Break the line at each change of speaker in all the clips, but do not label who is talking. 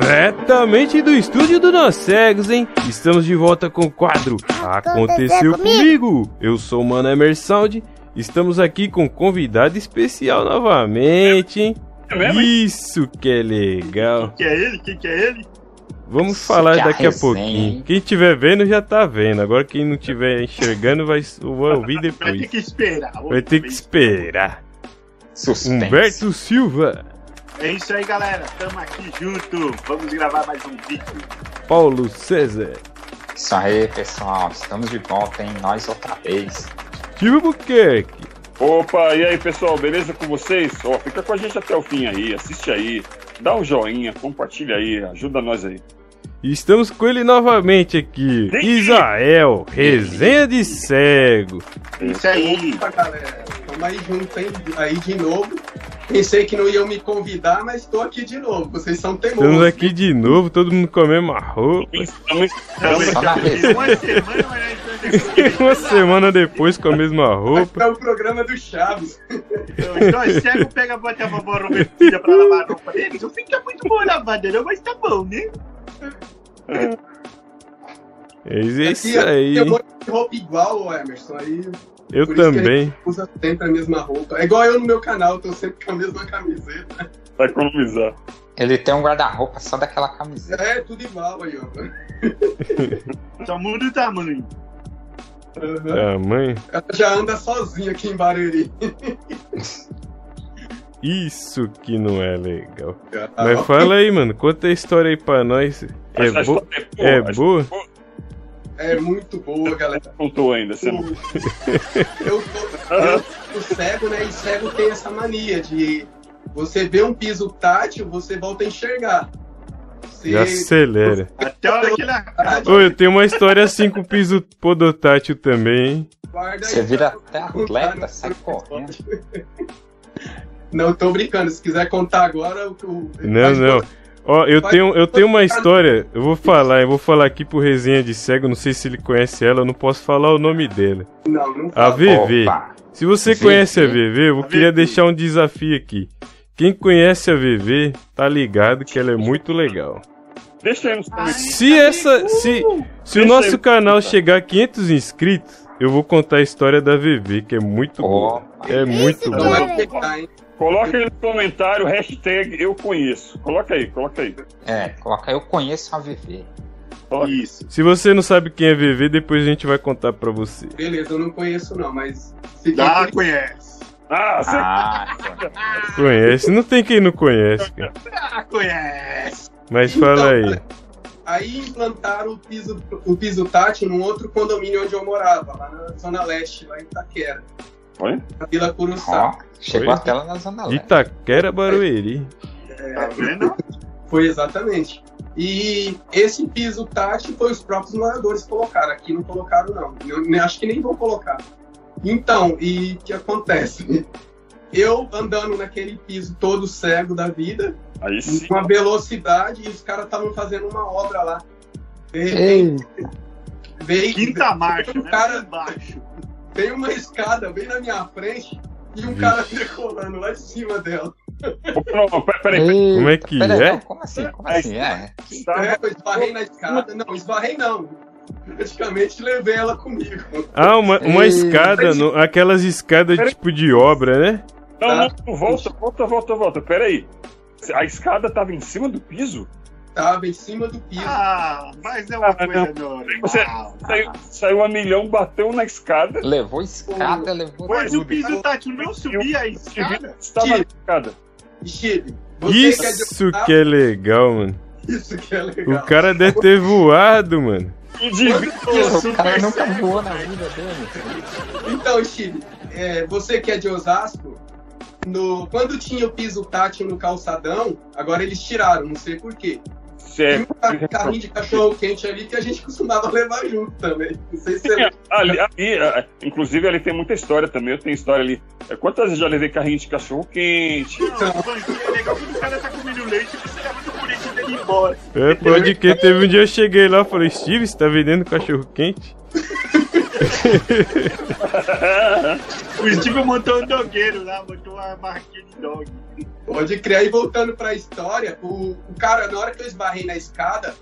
Diretamente do estúdio do Nós Cegos, hein? Estamos de volta com o quadro Aconteceu,
Aconteceu
comigo. Eu sou o Mano Emer Sound. Estamos aqui com um convidado especial novamente, hein?
É mesmo, hein?
Isso que é legal.
Que é ele? Quem que é ele?
Vamos
Isso
falar
que é a
daqui a
resenha,
pouquinho.
hein?
Quem estiver vendo já tá vendo. Agora quem não estiver enxergando vai vai ouvir
Vai ter
depois.
que esperar.
Vai ter que esperar.
Suspense.
Humberto Silva,
É isso aí, galera. Tamo aqui junto. Vamos gravar mais um vídeo.
Paulo César,
Isso aí, pessoal. Estamos de volta, hein? Nós outra vez.
Tio Buquerque,
Opa, e aí pessoal, beleza com vocês? Ó, fica com a gente até o fim aí, assiste aí, dá um joinha, compartilha aí, ajuda nós aí.
E Estamos com ele novamente aqui, Israel, resenha de cego.
É
Isso aí.
Opa, galera, tamo aí junto, hein? Aí de novo. Pensei que não iam me convidar, mas tô aqui de novo. Vocês são
Estamos
teimosos.
aqui de novo, todo mundo com a mesma roupa.
Estamos- estamos-
Só na resenha.
Uma semana, né? Então,
Uma semana depois com a mesma roupa.
É o programa do Chaves.
Então, então, cego pega, bota a vovó Robertinha pra lavar a roupa dele. Não fica muito boa lavada, não, mas tá bom, né?
É isso
Aqui,
aí.
Eu
hein?
vou de roupa igual, ô Emerson. Aí
Eu
por isso que
também.
usa sempre a mesma roupa. É igual eu no meu canal, tô sempre com a mesma camiseta.
pra economizar.
Ele tem um guarda-roupa só daquela camiseta.
É, tudo igual aí, ó.
Só muda o tamanho.
Uhum.
É. Tamanho.
Ela já anda sozinha aqui em Barueri.
Isso que não é legal.
Tá
Mas fala aí, mano. Conta a história aí pra nós.
Acho-
É,
acho
bo...
que até, pô,
é
acho que
boa?
É muito boa, galera.
não contou ainda, você não...
Eu, tô- eu sou cego, né? E cego tem essa mania de você vê um piso tátil, você volta a enxergar. Você- tá
Já acelera.
Até a hora que ela acaba.
Ô, eu tenho uma história assim com o piso podotátil também, hein?
guarda tá
Você
aí,
vira
cara.
até atleta, sai correndo.
Não, tô brincando. Se quiser contar agora, o. o-
Não,
mas-
não. Ó, eu
Vai-
tenho, eu tenho uma história, eu vou falar, eu vou falar aqui pro Resenha de Cego, não sei se ele conhece ela, eu não posso falar o nome dela.
Não, não
A
fala.
VV.
Opa.
Se você
VV.
conhece a VV, eu
A
queria
VV.
deixar um desafio aqui. Quem conhece a VV, tá ligado que ela é muito legal.
Deixa aí nos
Ai,
comentários.
Se essa, se, se o
Deixa
nosso
eu-
canal chegar a 500 inscritos, eu vou contar a história da VV, que é muito boa.
Opa.
É muito
Não
boa.
vai pegar, hein?
Coloca aí no comentário, hashtag eu conheço. Coloca aí, coloca aí.
É, coloca aí, eu conheço a VV.
Isso.
Se você não sabe quem é VV, depois a gente vai contar pra você.
Beleza, eu não conheço, não, mas. Fiquei
Dá,
curioso.
conhece.
Ah, você
Ah, conheço.
Conhece, não tem quem não conhece, cara.
Ah, conhece.
Mas
Então,
fala aí.
Aí implantaram o piso, o piso tátil num outro condomínio onde eu morava, lá na Zona Leste, lá em Itaquera.
Oi?
Na Vila Curuçá.
Ó, chegou
Oi?
a tela na Zona Leste.
Itaquera Barueri.
Tá vendo?
Foi exatamente. E esse piso tátil foi os próprios moradores que colocaram. Aqui não colocaram, não. Eu ne- acho que nem vão colocar. Então, e o que acontece? Eu andando naquele piso todo cego da vida,
aí sim.
uma velocidade, e os caras estavam fazendo uma obra lá. De repente,
Ei,
veio,
Quinta marcha, né?
Cara-
Baixo.
veio uma escada bem na minha frente e um cara decolando lá de cima dela.
Opa, não, pera- peraí, peraí.
ei,
Como é que
peraí,
é?
não, Como assim? Como assim? É.
Tá?
É, eu esbarrei na escada. Não, esbarrei não. Praticamente levei ela comigo.
Ah, uma, uma
Ei.
escada, no- aquelas escadas
Peraí.
tipo de obra, né?
Não, não, não, volta, volta, volta, volta. Peraí. A escada tava em cima do piso?
Tava em cima do piso.
Ah, mas é Ah, uma
Ah, não.
coisa normal.
Você-
tá.
Saiu, saiu a milhão, bateu na escada.
Levou escada, levou
Mas o
tudo.
piso tátil não subia a escada?
Estava na escada.
Steve, você quer
Isso que é legal, mano.
Isso que é legal.
O cara deve ter voado, mano.
E
O
de-
cara
Super
nunca
sério.
voou na vida dele.
Então, Steve, é, você que é de Osasco, no- quando tinha o piso tátil no calçadão, agora eles tiraram, não sei porquê. Tem um
É.
Cego.
ca- carrinho de cachorro quente ali que a gente costumava levar junto também. Não sei se você
Ali, ali, ah, inclusive, ali tem muita história também. Eu tenho história ali. É, Quantas vezes eu já levei carrinho de cachorro quente?
Não, o banquinho é legal quando o cara tá comendo leite, você leva do curitiba dele embora.
É, pode que teve um dia eu cheguei lá e falei, Steve, você tá vendendo cachorro quente?
O Steve montou um dogueiro lá, botou uma marquinha de dog.
Pode criar. E voltando pra história, o, o cara, na hora que eu esbarrei na escada,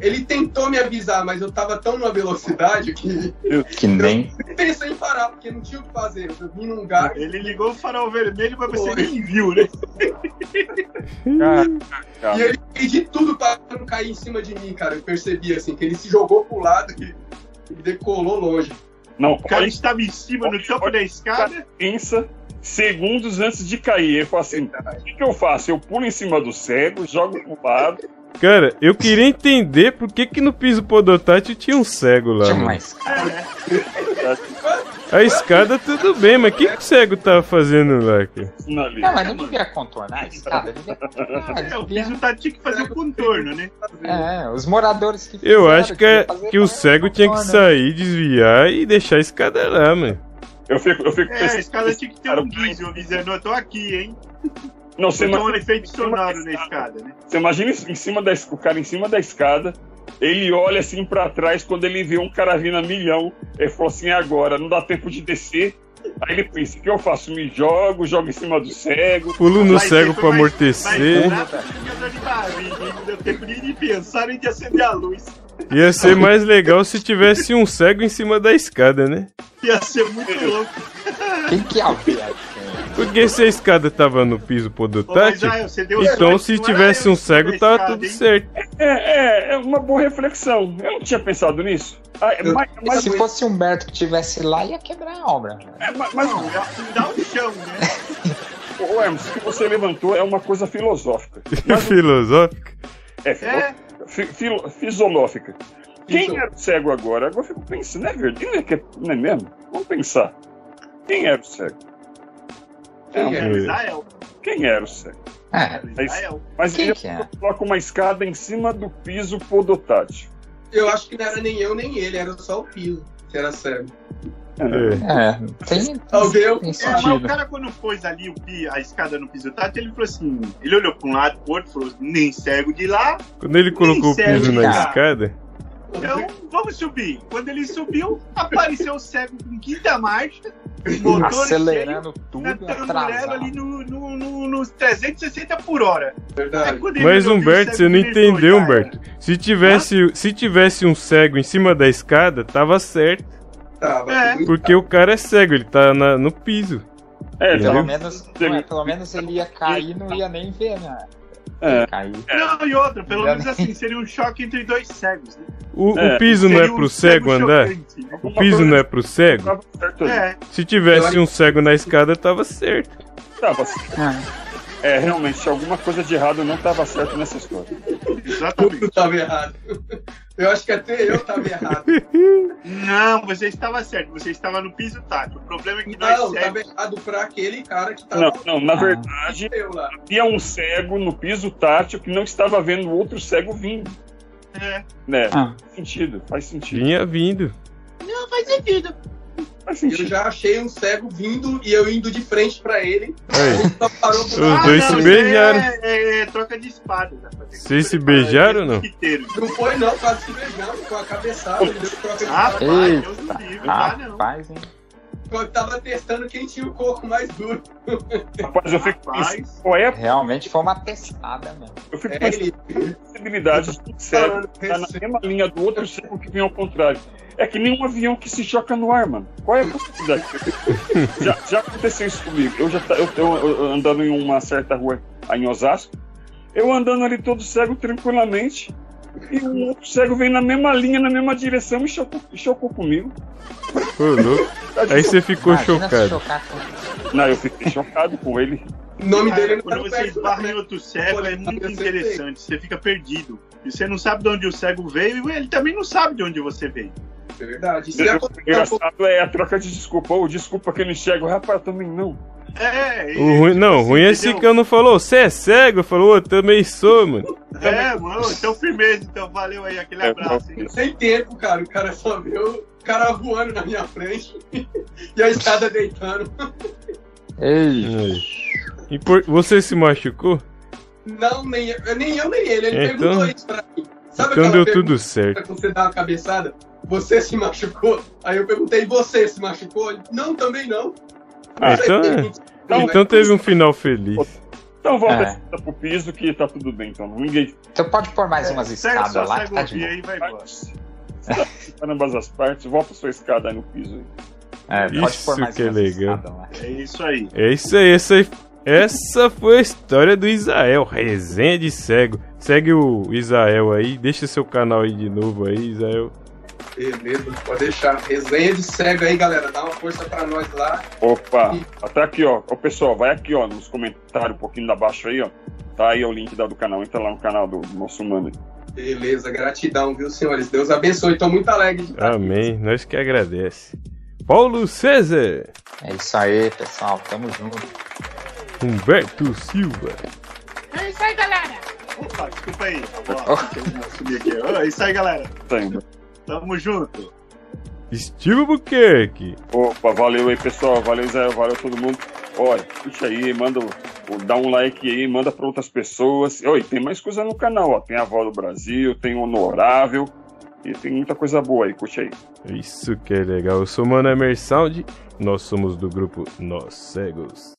ele tentou me avisar, mas eu tava tão numa velocidade que
Que nem.
eu pensei em parar, porque não tinha o que fazer. Eu vim num lugar.
Ele ligou o farol vermelho, mas você nem viu, né?
E ele fez de tudo pra não cair em cima de mim, cara. Eu percebi, assim, que ele se jogou pro lado e e decolou longe.
Não,
O cara
olha
estava em cima, no topo da escada.
pensa segundos antes de cair. Ele fala assim: o que, que eu faço? Eu pulo em cima do cego, jogo pro lado.
Cara, eu queria entender por que que no piso podotátil tinha um cego lá.
Tinha
mano.
uma escada.
A escada tudo bem, mas o que, que o cego tava fazendo lá? Cara?
na linha.
Não, mas não devia contornar a escada. Devia contornar,
É, o
devia-
piso tá, tinha que fazer o contorno, né?
É, os moradores que
Eu
fizeram,
acho que, é-
devia fazer
que o
mais
cego tinha que
contorno.
sair, desviar e deixar a escada lá, mano.
Eu fico, eu fico
É, a
pensando.
escada tinha que ter um diesel avisando, eu tô aqui, hein?
Não, você
Você tem
imagina,
um efeito sonoro na escada, né?
você imagina isso, em cima da, es- o cara em cima da escada. Ele olha assim pra trás quando ele vê um cara vindo a milhão. Ele falou assim: "É agora, não dá tempo de descer. Aí ele pensa: o que eu faço? Me jogo, jogo em cima do cego.
Pulo no
Mas
cego
foi
pra
mais- um
amortecer.
mais rápido que a dor de barriga, hein? Não deu tempo nem de pensar nem de acender a luz.
Ia ser mais legal se tivesse um cego em cima da escada, né?
Ia ser muito louco.
Tá
Quem que é o viado?
Porque se a escada tava no piso
Ô, mas, ah,
podotátil,
Jael, você deu
então
sorte,
se
não era
tivesse
eu
um
em cima
cego
da
tava
escada,
tudo
hein?
certo.
É, é, é uma boa reflexão. Eu não tinha pensado nisso. Ah, é,
Eu-
mas, mas-
Se fosse o Humberto que tivesse lá, ia quebrar a obra. né?
é, mas- mas-
Não, ia afundar o chão, né?
Ô, Hermes, o que você levantou é uma coisa filosófica. Mas,
Filosófico.
é,
É,
fi- filo- fisolófica. Quem era o cego agora? Agora eu fico pensando, é verdade? Não é, que é- não é mesmo? Vamos pensar. Quem era o cego?
um
Quem é?
Israel.
Quem era o cego?
É,
Israel.
Mas
quem
ele
que é?
coloca uma escada em cima do piso podotátil.
Eu acho que não era nem eu nem ele, era só o piso que era cego.
né?
É.
É, tem,
Talvez eu.
tem
É, mas o
sentido.
cara quando pôs ali o pi, a escada no piso tátil, ele falou assim, ele olhou pra um lado, pro outro, falou, nem cego de lá,
Quando ele colocou o
cego,
piso na
cara.
escada,
então vamos subir. Quando ele subiu, apareceu o cego com quinta marcha, motor cheio,
Acelerando
na
tudo,
trambulera ali
atrasado.
no, no, no- nos 360 por hora. Aí
Verdade.
quando ele
mas
olhou,
Humberto,
o cego
você não
gritou,
entendeu,
cara.
Humberto. Se tivesse, se tivesse um cego em cima da escada, tava certo,
Tava
É.
tudo-
porque o cara é cego, ele tá na- no piso.
É,
Entendeu?
Pelo
pelo-
menos, não é, pelo menos ele ia cair, não ia nem ver, né?
É.
Cair.
Não, e outra, pelo
Já
menos assim, seria um choque entre dois cegos. Né?
O, o
É,
piso não
Seria
é
um
pro cego andar?
chocante, né?
O piso não é pro cego?
Tava certo ali.
É,
Se tivesse um cego na escada, tava certo.
Tava-
É.
é, realmente, alguma coisa de errado não estava certo nessa história.
exatamente.
Tudo tava errado. Eu acho que até eu tava errado.
Não, você estava certo, você estava no piso tátil. O problema é que nós
Não, tá
cegos.
tava errado pra aquele cara que
Não,
tava
não, na
Ah.
verdade,
eu lá.
havia um cego no piso tátil que não estava vendo o outro cego vindo.
É.
Né?
Ah,
Faz sentido, faz sentido.
Vinha vindo.
Não faz sentido.
Faz
Eu
sentido.
já achei um cego vindo e eu indo de frente pra ele.
Aí,
Ele só parou pro
Os
lado.
dois se
isso
beijaram.
Ah, É, é, é troca de espadas. né? Fazer
Vocês
tudo
se
pra-
beijaram ou não?
mosquiteiro.
Não foi, não, quase se beijando com a cabeçada. Ele deu troca de
Ah,
cara.
pai,
Ei,
Deus me livre. Ah, não.
Rapaz, hein?
Eu tava testando quem tinha o coco mais duro.
Rapaz, eu fico pensando
Rapaz,
qual é a
Realmente foi uma testada, mesmo.
Eu fico
É,
pensando
ele
na possibilidade de um cego
falando,
estar na
"Esse-
mesma linha do outro cego que vem ao contrário. É que nem um avião que se choca no ar, mano. Qual é a possibilidade? já, já aconteceu isso comigo. Eu já tá, eu, eu- eu andando em uma certa rua aí em Osasco, eu andando ali todo cego tranquilamente, e um outro cego vem na mesma linha, na mesma direção e chocou, chocou comigo.
ô louco. Aí você ficou
Imagina se
chocado.
chocar com...
Não, eu fiquei chocado com ele.
O nome
Ah,
dele
Cara,
não tá
quando
no
você
pé,
esbarra em
né?
outro cego,
Olha,
é muito
eu sei.
interessante. Você fica perdido. E você não sabe de onde o cego veio e ele também não sabe de onde você veio.
é Verdade. Se
O
aconteceu
engraçado é a troca de desculpa. Ô, desculpa que eu não enxergo. Rapaz, também não.
É, e-
O ruim, não, o
assim,
ruim é se
entendeu?
que eu não falou, você é cego? Eu falou, ô, também sou, mano.
É, mano, então firmeza, então valeu aí, aquele
É,
abraço. hein?
sem tempo, cara. O cara só viu o cara voando na minha frente e a escada deitando.
Ei,
Aí. E por- Você se machucou?
Não, nem eu, nem, eu, nem ele. Ele
Então-
perguntou isso pra mim. Sabe
Então
aquela
deu tudo certo.
pergunta quando você dá uma cabeçada? Você se machucou? Aí eu perguntei, você se machucou? Ele, não, também não.
Ah,
Não sei
então
se
é.
ele-
Então teve um final feliz.
Então volta
É.
essa pro piso que tá tudo bem, então. Ninguém
Então pode pôr mais umas
É, Segue
escadas
sua
lá que tá de
cegovia
boa.
aí, vai embora.
para tá ambas as partes, volta sua escada aí no piso. aí.
É, pode
Isso
pôr mais
que é
umas
legal.
escadas lá.
É isso aí.
É isso aí, essa, essa foi a história do Israel, resenha de cego. Segue o Israel aí, deixa seu canal aí de novo aí, Israel.
Beleza, pode deixar. Resenha de cego aí, galera. Dá uma força pra nós lá.
Opa, até aqui, ó. Ô, pessoal, vai aqui, ó, nos comentários um pouquinho da baixo aí, ó. Tá aí o link da, do canal. Entra lá no canal do, do nosso mano.
Beleza, gratidão, viu, senhores? Deus abençoe. Tô muito alegre de estar aqui.
Amém, nós que agradece. Paulo César,
É isso aí, pessoal. Tamo junto.
Humberto Silva.
É isso aí, galera.
Opa, desculpa aí. Ó, tem uma subir aqui. Ó, é isso aí, galera.
Tá indo.
Tamo junto.
Steve Buquerque.
Opa, valeu aí, pessoal. Valeu, Zé. Valeu todo mundo. Olha, puxa aí, manda o- o- dá um like aí, manda para outras pessoas. Oi, tem mais coisa no canal, ó. Tem a Avó do Brasil, tem o Honorável e tem muita coisa boa aí. Curte aí.
Isso que é legal. Eu sou Mano Emersound. Nós somos do grupo Nós Cegos.